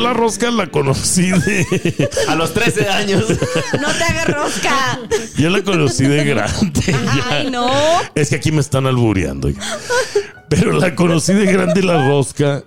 más rosca la conocí de. A los 13 años. No te hagas rosca. Yo la conocí de grande. ya. Ay, no. Es que aquí me están albureando. oiga. Pero la conocí de grande la rosca.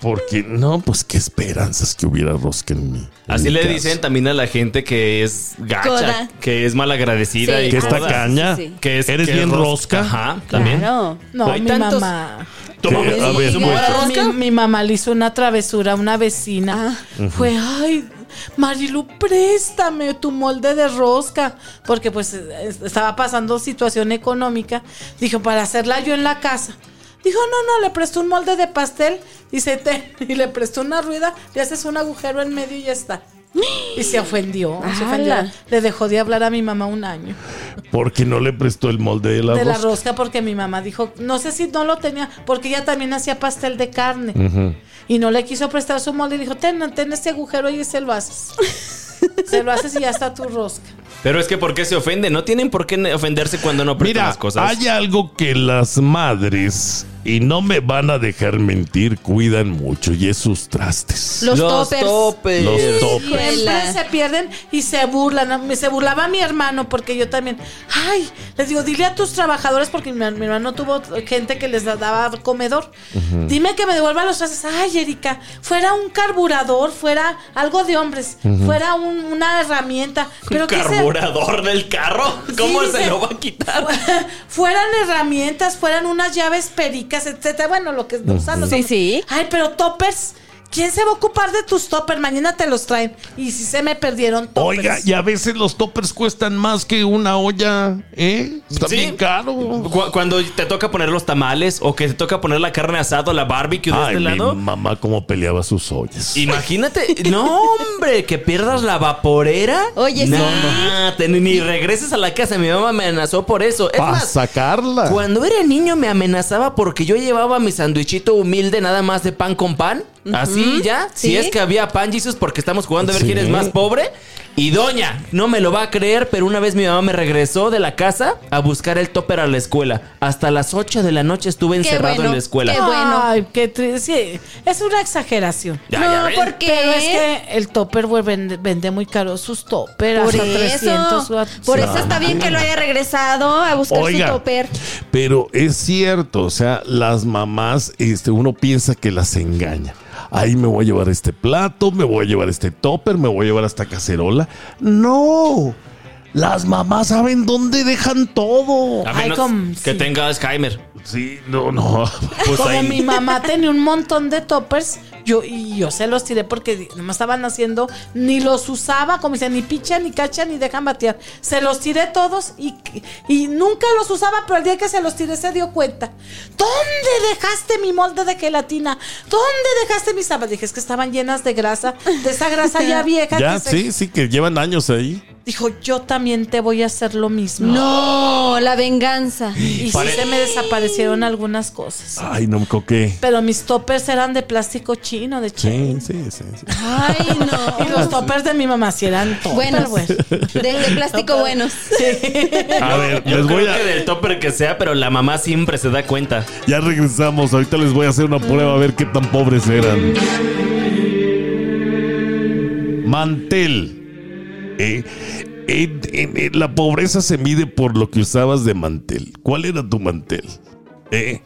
Porque no, pues qué esperanzas que hubiera rosca en mí. en Así mi le casa. dicen también a la gente que es gacha, Coda. que es malagradecida Sí, y Que está coda. caña. Sí, sí. Que es, Eres que bien es rosca. Ajá, también. Claro. No, Hay mi tantos- mamá. Tu mamá- Que- a ¿tu ver, pues. mamá cuenta. era rosca? Mi, mi mamá le hizo una travesura a una vecina. Fue, ay, Marilu, préstame tu molde de rosca. Porque pues eh, estaba pasando situación económica. Dijo, para hacerla yo en la casa. Dijo, no, no, le prestó un molde de pastel. Dice, "Ten", y le prestó una rueda, le haces un agujero en medio y ya está. Y se ofendió, se ofendió. ¡Hala! Le dejó de hablar a mi mamá un año Porque no le prestó el molde de la de la rosca. rosca porque mi mamá dijo, no sé si no lo tenía, porque ella también hacía pastel de carne. Y no le quiso prestar su molde y dijo, ten, ten este agujero y se lo haces. se lo haces y ya está tu rosca. Pero es que ¿por qué se ofende? No tienen por qué ofenderse cuando no aprietan Mira, las cosas. hay algo que las madres, y no me van a dejar mentir, cuidan mucho y es sus trastes. Los, Los toppers. toppers. Los toppers. Siempre Híjole. se pierden y se burlan. Se burlaba mi hermano porque yo también. Ay, les digo, dile a tus trabajadores porque mi, mi hermano tuvo gente que les daba comedor. Dime que me devuelvan los trastes. Ay, Erika, fuera un carburador, fuera algo de hombres, fuera un- una herramienta. Pero que se- Carburador del carro. ¿Cómo Sí, se dice- lo va a quitar? fueran herramientas, fueran unas llaves pericas, etcétera. Bueno, lo que usan los Sí, hombres. sí. Ay, pero toppers. ¿Quién se va a ocupar de tus toppers? Mañana te los traen. Y si se me perdieron toppers. Oiga, y a veces los toppers cuestan más que una olla, ¿eh? Está Sí. bien caro. Cu- Cuando te toca poner los tamales o que te toca poner la carne asada, la barbecue de Ay, este mi lado. mamá cómo peleaba sus ollas. Imagínate, no hombre, que pierdas la vaporera. Oye, sí. Nah, te- ni regreses a la casa. Mi mamá me amenazó por eso. Es Para más, sacarla. Cuando era niño me amenazaba porque yo llevaba mi sandwichito humilde nada más de pan con pan. Así ya. Si sí. es que había pan, Jesus, porque estamos jugando a ver Sí. quién es más pobre. Y doña, no me lo va a creer, pero una vez mi mamá me regresó de la casa a buscar el topper a la escuela. Hasta las 8 de la noche estuve encerrado bueno, en la escuela. qué bueno. Ay, qué triste. Sí, es una exageración. Ya, no, ya ven. ¿por qué? Pero es que el topper güey, vende, vende muy caro sus toppers. Por hasta 300 eso. wat- Por Sí. eso está bien que lo haya regresado a buscar su topper. pero es cierto, o sea, las mamás, este, uno piensa que las engaña. Ahí me voy a llevar este plato, me voy a llevar este topper, me voy a llevar esta cacerola. No, las mamás saben dónde dejan todo. A Ay, menos com- que sí. tenga Alzheimer. Sí, no, no. Pues Como ahí- mi mamá tenía un montón de toppers, yo y yo se los tiré porque no me estaban haciendo, ni los usaba, como dicen, ni picha, ni cacha, ni dejan batear. Se los tiré todos y, y nunca los usaba, pero el día que se los tiré se dio cuenta. ¿Dónde dejaste mi molde de gelatina? ¿Dónde dejaste mis sábanas? Dije, es que estaban llenas de grasa, de esa grasa ya vieja. Ya, que se- sí, sí, que llevan años ahí. Dijo, yo también te voy a hacer lo mismo. No, Oh, la venganza. Y sí se me desaparecieron algunas cosas. Ay, no me coqué. Pero mis toppers eran de plástico chino, de chino. Sí, sí, sí. sí. Ay, no. Y los toppers de mi mamá si eran toppers, buenos. güey. De, de plástico buenos. A ver, Yo les creo voy que a. del topper que sea, pero la mamá siempre se da cuenta. Ya regresamos. Ahorita les voy a hacer una prueba a ver qué tan pobres eran. Mantel. Eh, en- en- en la pobreza se mide por lo que usabas de mantel. ¿Cuál era tu mantel? Eh,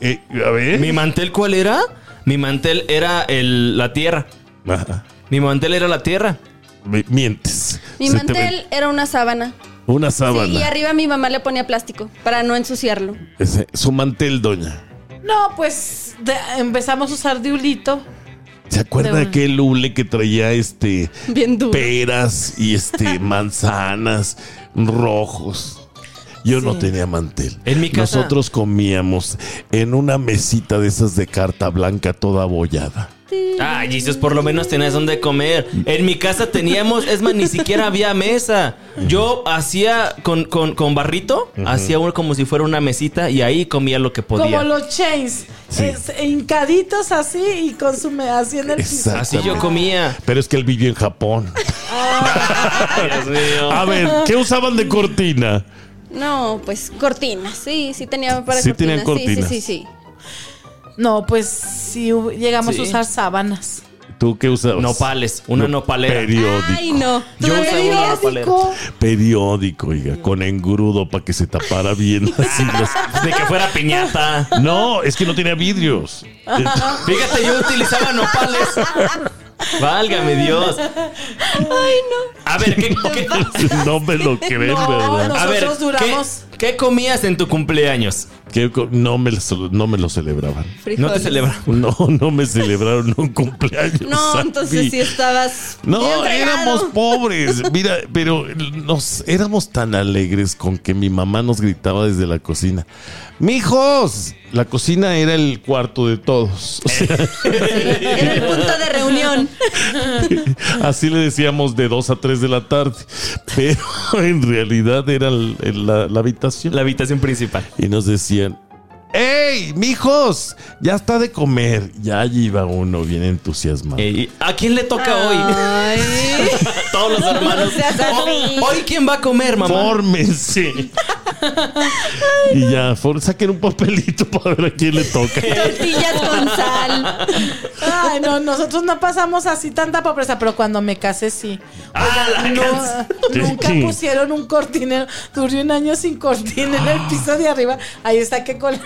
eh, a ver. ¿Mi mantel cuál era? Mi mantel era el, la tierra. Ajá. Mi mantel era la tierra. Me- Ah, mientes. Mi Se te mantel era una sábana. ve- Una Sí, sábana. y arriba mi mamá le ponía plástico para no ensuciarlo. Ese- su mantel, doña. No, pues de- empezamos a usar de hulito. ¿Se acuerda De de una. aquel hule que traía este Bien duro. peras y este manzanas rojos? Yo no Sí. tenía mantel. En mi casa- Nosotros comíamos en una mesita de esas de carta blanca toda abollada. Ay, Jesus, por lo menos tenías donde comer. En mi casa teníamos, es más, ni siquiera había mesa. Yo hacía con, con, con barrito, hacía un- como si fuera una mesita y ahí comía lo que podía. Como los chains. Sí. es- hincaditos así y con su me- así en el piso. Exacto. Así yo comía. Pero es que él vivió en Japón. Ah. Ay, Dios mío. A ver, ¿qué usaban de cortina? No, pues cortinas. Sí, sí tenía para Sí cortinas. tenían cortinas. Sí, sí, sí, sí. No, pues sí hu- llegamos Sí. a usar sábanas. ¿Tú qué usabas? Nopales, una No- nopalera. Periódico. Ay, no. Yo Todavía usaba una dirías- nopalera. Periódico, oiga, con engrudo para que se tapara bien las siglas. De que fuera piñata. No, es que no tenía vidrios. Fíjate, yo utilizaba nopales. Válgame Dios. Ay, no. A ver, ¿qué, qué- no me lo creen, No, ¿verdad? no. a ver, Nosotros duramos- ¿qué, qué comías en tu cumpleaños? Que co- no, me, lo- no me lo celebraban. No te Frijoles. celebra. No, no me celebraron un cumpleaños. No, Sandy. entonces sí estabas. bien No, fregado. éramos pobres. Mira, pero nos éramos tan alegres con que mi mamá nos gritaba desde la cocina. ¡Mijos! La cocina era el cuarto de todos. O sea, Era el punto de reunión. así le decíamos de 2 a 3 de la tarde. Pero en realidad era el- el- la, la habitación. La habitación principal. Y nos decían, ¡Ey, mijos! Ya está de comer. Ya allí iba uno bien entusiasmado. Eh, ¿y ¿A quién le toca Ay. hoy? Todos los hermanos. No seas así. Hoy quién va a comer, mamá. Fórmense. y ya, for- saquen un papelito para ver a quién le toca. Tortillas con sal. Ay, no, nosotros no pasamos así tanta pobreza, pero cuando me casé sí. Ah, la No, cansa- nunca Sí. pusieron un cortinero. Duré un año sin cortina en Ah. el piso de arriba. Ahí está que con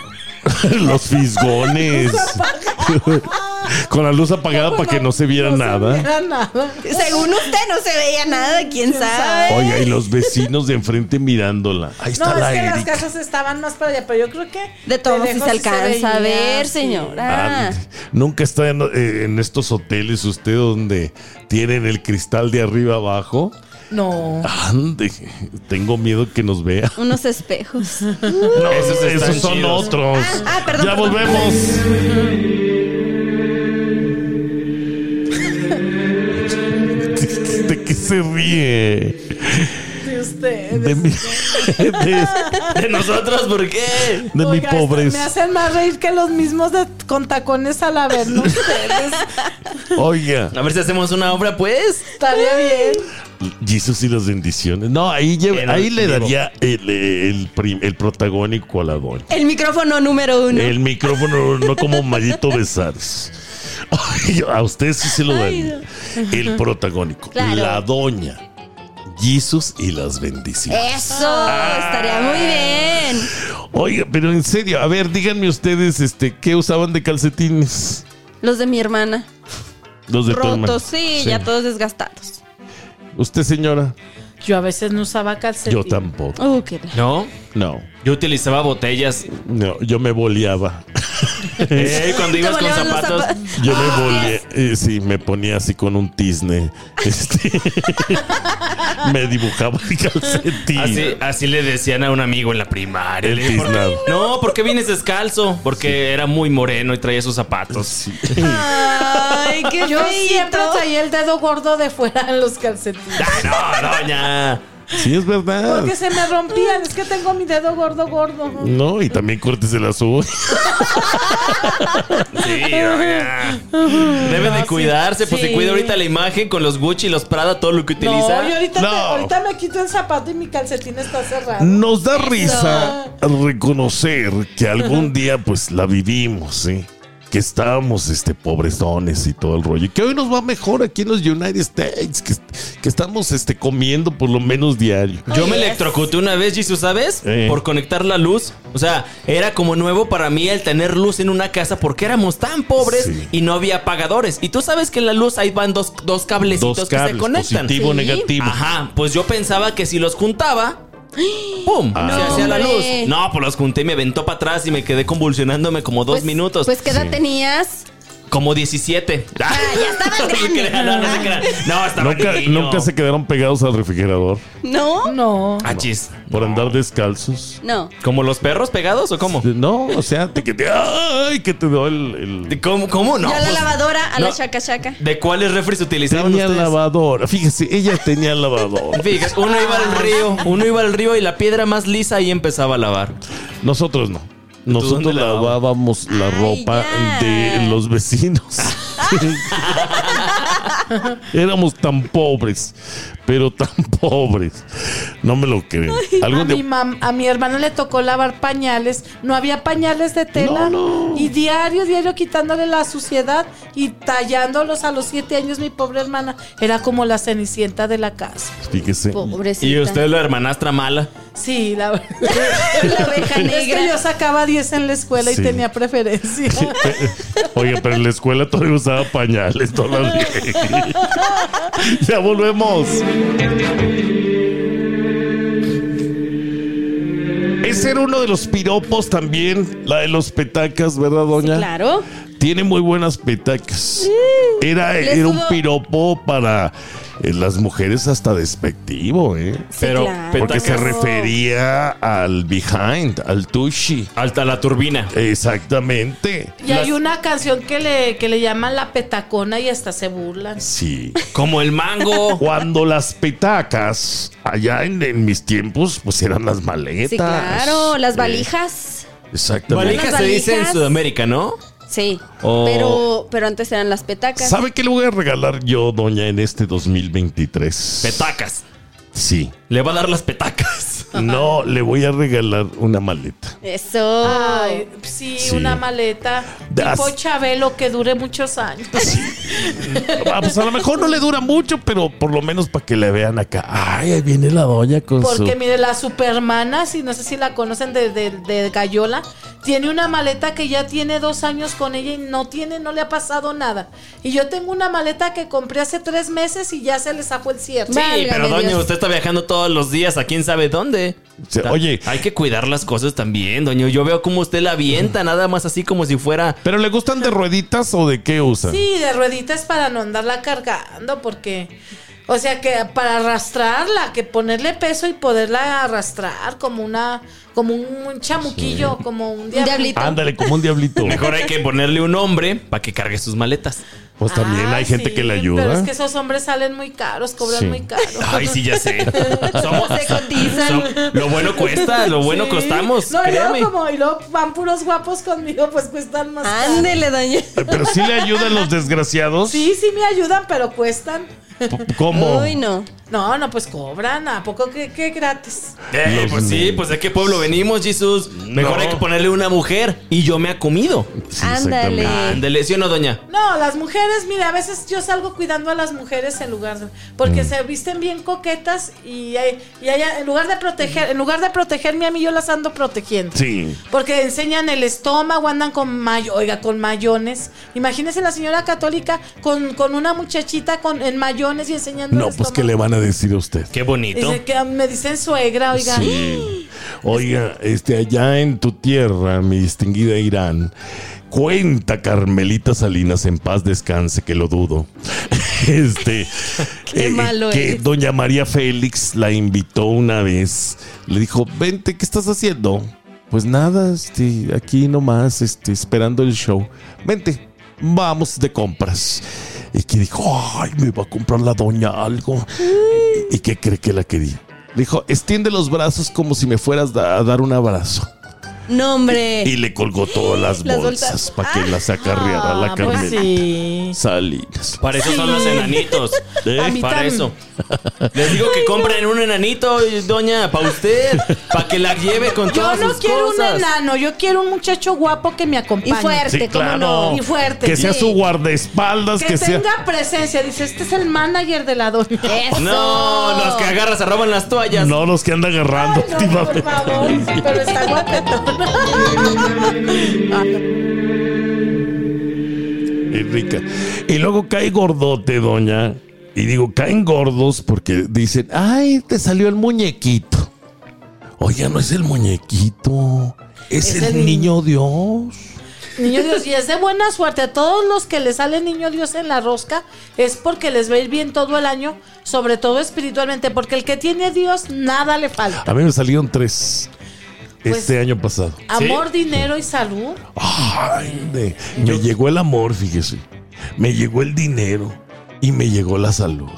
Los fisgones. Con la luz apagada para que no se viera nada. No se viera nada. Según usted no se veía nada, quién sabe. Oiga, y los vecinos de enfrente mirándola. Ahí No, está es la que las Erika. casas estaban más para allá, pero yo creo que. De todo si lejos se alcanza a veía, ver, sí. señora. Ah, Nunca está en, eh, en estos hoteles usted donde tienen el cristal de arriba abajo. No. Ande, tengo miedo que nos vea. Unos espejos. No, Esos esos, están son chidos. otros. Ah, ah, perdón, ya perdón. volvemos. ¿De qué se ríe? De ustedes. De mi, de, ¿De nosotros por qué? de mi Oiga, Me pobreza. hacen más reír que los mismos de, con tacones al averno. Ustedes. Oiga, A ver si hacemos una obra, pues. Estaría bien. Jesús y las bendiciones. No, ahí, lleva- En ahí le vivo. daría el, el, prim- el protagónico a la doña. El micrófono número uno. El micrófono no como Mayito Besares. Ay, a usted sí se lo dan. El protagónico, Claro. la doña, Jesus y las bendiciones. Eso, estaría muy bien. Oiga, pero en serio, a ver, díganme ustedes, este, ¿qué usaban de calcetines? Los de mi hermana. Los de tu hermano. Rotos, sí, ya todos desgastados. Usted, señora, Yo a veces no usaba calcetín. yo tampoco. Uh, qué bien. No, No, yo utilizaba botellas. no, yo me boleaba. Eh, cuando ibas con boleaban los zapatos. zapa- Yo me volé, eh, sí, me ponía así con un tizne. Este, me dibujaba el calcetín. Así, así le decían a un amigo en la primaria. El Le dije, "¿Por qué- tiznado". No, ¿por qué vienes descalzo? Porque era muy moreno y traía sus zapatos. Sí. Ay, qué Yo siempre feíto. traía el dedo gordo de fuera en los calcetines. Ay, no, doña. Sí, es verdad. Porque se me rompían. Es que tengo mi dedo gordo, gordo. No, y también cortes el azul. Sí, doña. Debe de cuidarse, pues sí. se cuida ahorita la imagen con los Gucci y los Prada, todo lo que utiliza. No, yo ahorita, No. Me, ahorita me quito el zapato y mi calcetín está cerrado. Nos da risa reconocer que algún día pues la vivimos, ¿sí? Que estábamos este, pobrezones y todo el rollo. Y que hoy nos va mejor aquí en los United States. Que, que estamos este, comiendo por lo menos diario. Yo me Yes. electrocuté una vez, Jesús, ¿sabes? Eh. Por conectar la luz. O sea, era como nuevo para mí el tener luz en una casa porque éramos tan pobres Sí. y no había apagadores. Y tú sabes que en la luz ahí van dos, dos cablecitos Dos que se cables, conectan. positivo, Sí. negativo. Ajá, pues yo pensaba que si los juntaba, ¡pum! se No, hacía la luz. hombre. No, pues los junté y me aventó para atrás y me quedé convulsionándome como dos Pues- minutos. Pues, ¿qué edad Sí. tenías? como 17. ya estabas No se grande. crean, no, no se crean. No, estaba Nunca, niño. nunca se quedaron pegados al refrigerador ¿No? No. Achis. por andar descalzos. No. Ah, ¿Como los perros pegados o cómo? No, o sea, te, que te, ay, que te dio el- el, ¿Cómo, cómo no? Yo a la pues, lavadora, a no. la chaca chaca. ¿De cuáles refres utilizaban Tenía ustedes? lavadora. Fíjese, ella tenía lavadora. Fíjate, uno iba al río, uno iba al río y la piedra más lisa y empezaba a lavar. Nosotros no. dónde Nosotros lavabas? lavábamos la Ay, ropa ya. de los vecinos. Éramos tan pobres, pero tan pobres. No me lo creen. A Algún mi, día- mam- a mi hermana le tocó lavar pañales. No había pañales de tela. No, no. Y diario, diario quitándole la suciedad y tallándolos a los siete años, mi pobre hermana. Era como la cenicienta de la casa. Fíjese. Pobrecita. Y usted es la hermanastra mala. Sí, la verdad. la oveja Es que yo negra. sacaba 10 en la escuela Sí. y tenía preferencia. Oye, pero en la escuela todavía usaba pañales todavía. ya volvemos. Ese era uno de los piropos también, la de los petacas, ¿verdad, doña? Claro. Mm. Tiene muy buenas petacas. Era, Le era un subo- piropo para eh, las mujeres hasta despectivo, ¿eh? Sí, Pero- claro. pero- Porque se Petacas. refería al behind, al tushi. Alta la turbina. Exactamente. Y hay una canción que le, que le llaman La Petacona y hasta se burlan. Sí. Como el mango. Cuando las petacas, allá en, en mis tiempos, pues eran las maletas. Sí, claro. Las Eh, valijas. exactamente. Valija se dice en valijas. Sudamérica, ¿no? Sí. O- Pero, pero antes eran las petacas. ¿Sabe qué le voy a regalar yo, doña, en este 2023? Petacas. Sí. Le va a dar las petacas. No, le voy a regalar una maleta. Eso. Ay, sí, Sí. una maleta Das- tipo Chabelo que dure muchos años. Ah, pues a lo mejor no le dura mucho, pero por lo menos para que le vean acá. Ay, ahí viene la doña con Porque su. mire, la supermana, si no sé si la conocen de, de, de Gallola, tiene una maleta que ya tiene dos años con ella y no tiene, no le ha pasado nada. Y yo tengo una maleta que compré hace tres meses y ya se le zafó el cierre. Sí. Válgame pero doña, Dios. usted está viajando todos los días a quién sabe dónde. Sí, Ta- oye. Hay que cuidar las cosas también, doña. Yo veo como usted la avienta, nada más así como si fuera. ¿Pero le gustan de rueditas o de qué usan? Sí, de rueditas para no andarla cargando, porque. O sea, que para arrastrarla, que ponerle peso y poderla arrastrar como una. Como un chamuquillo, como un diablito. diablito. Ándale, como un diablito. Mejor hay que ponerle un hombre para que cargue sus maletas. Pues también Ah, hay gente sí, que le Pero es ayuda. que esos hombres salen muy caros, cobran Sí. Ah, muy caro. Ay, sí, ya sé. Se cotizan. lo bueno cuesta, lo bueno Sí. costamos. No, y luego, créame. como, y luego van puros guapos conmigo, pues cuestan más. caro. Ándele, doña. Pero sí le ayudan los desgraciados. Sí, sí me ayudan, pero cuestan. P- ¿Cómo? Uy, no. No, no, pues cobran. ¿A poco que, que gratis? Eh, Los pues sí, men- pues de qué pueblo venimos, Jesús. Mejor No. hay que ponerle una mujer. Y yo me ha comido. Sí, Ándale. exactamente. Ándele, ¿sí o no, doña? No, las mujeres, mira, a veces yo salgo cuidando a las mujeres en lugar de. Porque Mm. se visten bien coquetas y, hay- y hay- en lugar de proteger, en lugar de protegerme a mí, yo las ando protegiendo. Sí. Porque enseñan el estómago, andan con mayo, oiga, con mayones. Imagínese la señora católica con, con una muchachita con, en mayones y enseñando No, el pues ¿qué estómago. le van a decir a usted? Qué bonito. Dice que me dicen suegra, oiga. Sí. Oiga, este, allá en tu tierra, mi distinguida Irán, cuenta Carmelita Salinas en paz descanse, que lo dudo. Este, Qué malo que es. doña María Félix la invitó una vez, le dijo, vente, ¿qué estás haciendo? Pues nada, este, aquí nomás, este, esperando el show. Vente, vamos de compras. Y que dijo, ay, me va a comprar la doña algo. ¿Y qué cree que la quería? Le dijo, extiende los brazos como si me fueras da- a dar un abrazo. No, hombre. Y le colgó todas las, Eh. Las bolsas bolsas. para que las acarreara Ah, la pues Carmelita. sí. Salinas. Para eso son los enanitos. ¿Eh? A mí Para también. eso. Les digo que compren un enanito, doña, para usted. Para que la lleve con Yo todas no sus quiero cosas. un enano, yo quiero un muchacho guapo que me Y acompañe. fuerte, Sí, cómo claro. no. Y fuerte, Que sea sí. su guardaespaldas, Que, que, sea. tenga presencia. Dice, este es el manager de la doña. Eso. No, los que agarras se roban las toallas. No los que anda agarrando Ay, no, por últimamente. favor, pero está guapetón. Y rica. Y luego cae gordote, doña. Y digo, caen gordos porque dicen, ay, te salió el muñequito. Oye, no es el muñequito. Es, Es el, el- niño Dios. Niño Dios, y es de buena suerte. A todos los que les sale Niño Dios en la rosca es porque les va a ir bien todo el año, sobre todo espiritualmente, porque el que tiene a Dios nada le falta. A mí me salieron tres Pues- ah. este año pasado. Amor, dinero y salud. Ay, de- me llegó el amor, fíjese. Me llegó el dinero y me llegó la salud.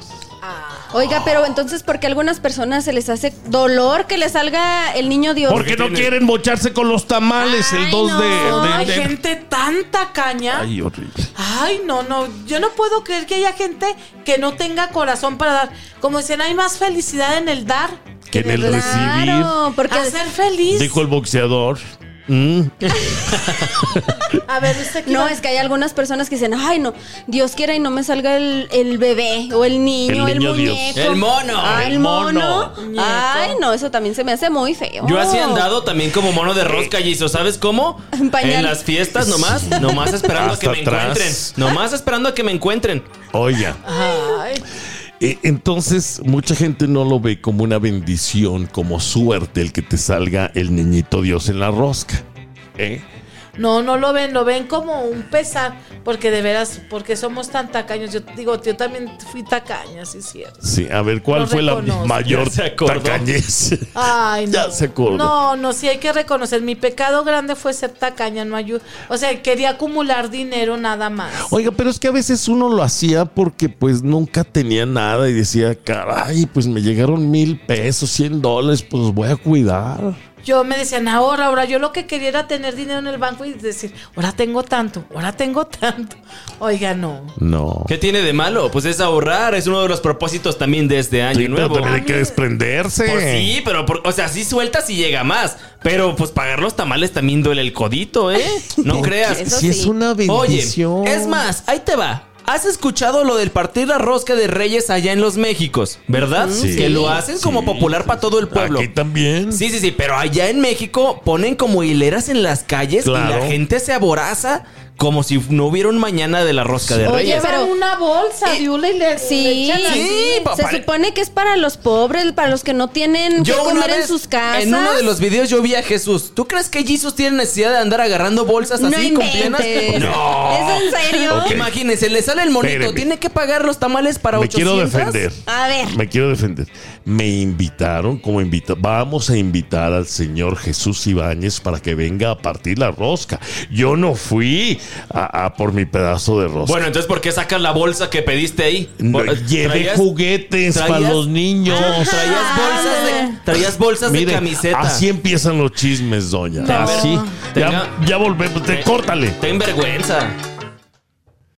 Oiga, pero entonces, ¿por qué a algunas personas se les hace dolor que le salga el niño Dios? Porque no quieren mocharse con los tamales el Ay, 2 de, no. de- Hay de- gente tan tanta caña. Ay, horrible. Ay, no, no, yo no puedo creer que haya gente que no tenga corazón para dar. Como dicen, hay más felicidad en el dar. Que en el recibir, Claro, porque a ser feliz. dijo el boxeador. Mm, A ver, usted qué No, iba- es que hay algunas personas que dicen, ay, no, Dios quiera y no me salga el, el bebé o el niño, El el, niño Dios. muñeco. El mono. Ah, el El mono. mono. Muñeco. Ay, no, eso también se me hace muy feo. Yo Oh. así he andado también como mono de rosca, Giso. ¿Sabes cómo? En pañal. En las fiestas nomás, nomás esperando a que Hasta me atrás. encuentren. Nomás esperando a que me encuentren. Oiga, Ay, eh, entonces mucha gente no lo ve como una bendición, como suerte el que te salga el niñito Dios en la rosca. ¿eh? no, no lo ven, lo ven como un pesar. Porque de veras, porque somos tan tacaños. Yo digo, yo también fui tacaña, sí es cierto. Sí, a ver, ¿cuál Lo fue la reconozco. mayor Ya se acordó. tacañez? Ay, no. Ya se acordó. No, no, sí hay que reconocer. Mi pecado grande fue ser tacaña, no ayuda. O sea, quería acumular dinero nada más. Oiga, pero es que a veces uno lo hacía porque pues nunca tenía nada y decía, caray, pues me llegaron mil pesos, cien dólares, pues los voy a cuidar. Yo me decían, ahora, ahora, yo lo que quería era tener dinero en el banco y decir, ahora tengo tanto, ahora tengo tanto. Oiga, no. No. ¿Qué tiene de malo? Pues es ahorrar. Es uno de los propósitos también de este año Sí, pero nuevo. también hay que desprenderse. Pues sí, pero por- o sea, sí sueltas y llega más. Pero pues pagar los tamales también duele el codito, ¿eh? No creas. Eso Si es sí. una Oye, bendición. es más, ahí te va. Has escuchado lo del partir la rosca de reyes allá en los Méxicos, ¿verdad? Sí. Que lo hacen como Sí, popular sí, para todo el pueblo. Aquí también. Sí, sí, sí, pero allá en México ponen como hileras en las calles y Claro. la gente se aboraza como si no hubiera un mañana de la rosca de Sí. Oye, Reyes. pero pero- eh, una bolsa de hule y le, Sí, le echan así. Sí, pa- se pare- supone que es para los pobres, para los que no tienen que una comer en vez, sus casas. en uno de los videos yo vi a Jesús. ¿Tú crees que Jesús tiene necesidad de andar agarrando bolsas no así con plenas? inventes. No. ¿Es en serio? Ok. Imagínense, le sale el monito, Espéreme. tiene que pagar los tamales para me 800. quiero defender. A ver. Me quiero defender. Me invitaron como invita. Vamos a invitar al señor Jesús Ibáñez para que venga a partir la rosca. Yo no fui a, a por mi pedazo de rosca. Bueno, entonces, ¿por qué sacas la bolsa que pediste ahí? No, Por- llevé traías- juguetes traías- para los niños. Traías bolsas de, traías bolsas Mire, de camiseta. Así empiezan los chismes, doña. No. Así. Ya, Tenga- ya volvemos. Te, córtale. Ten vergüenza.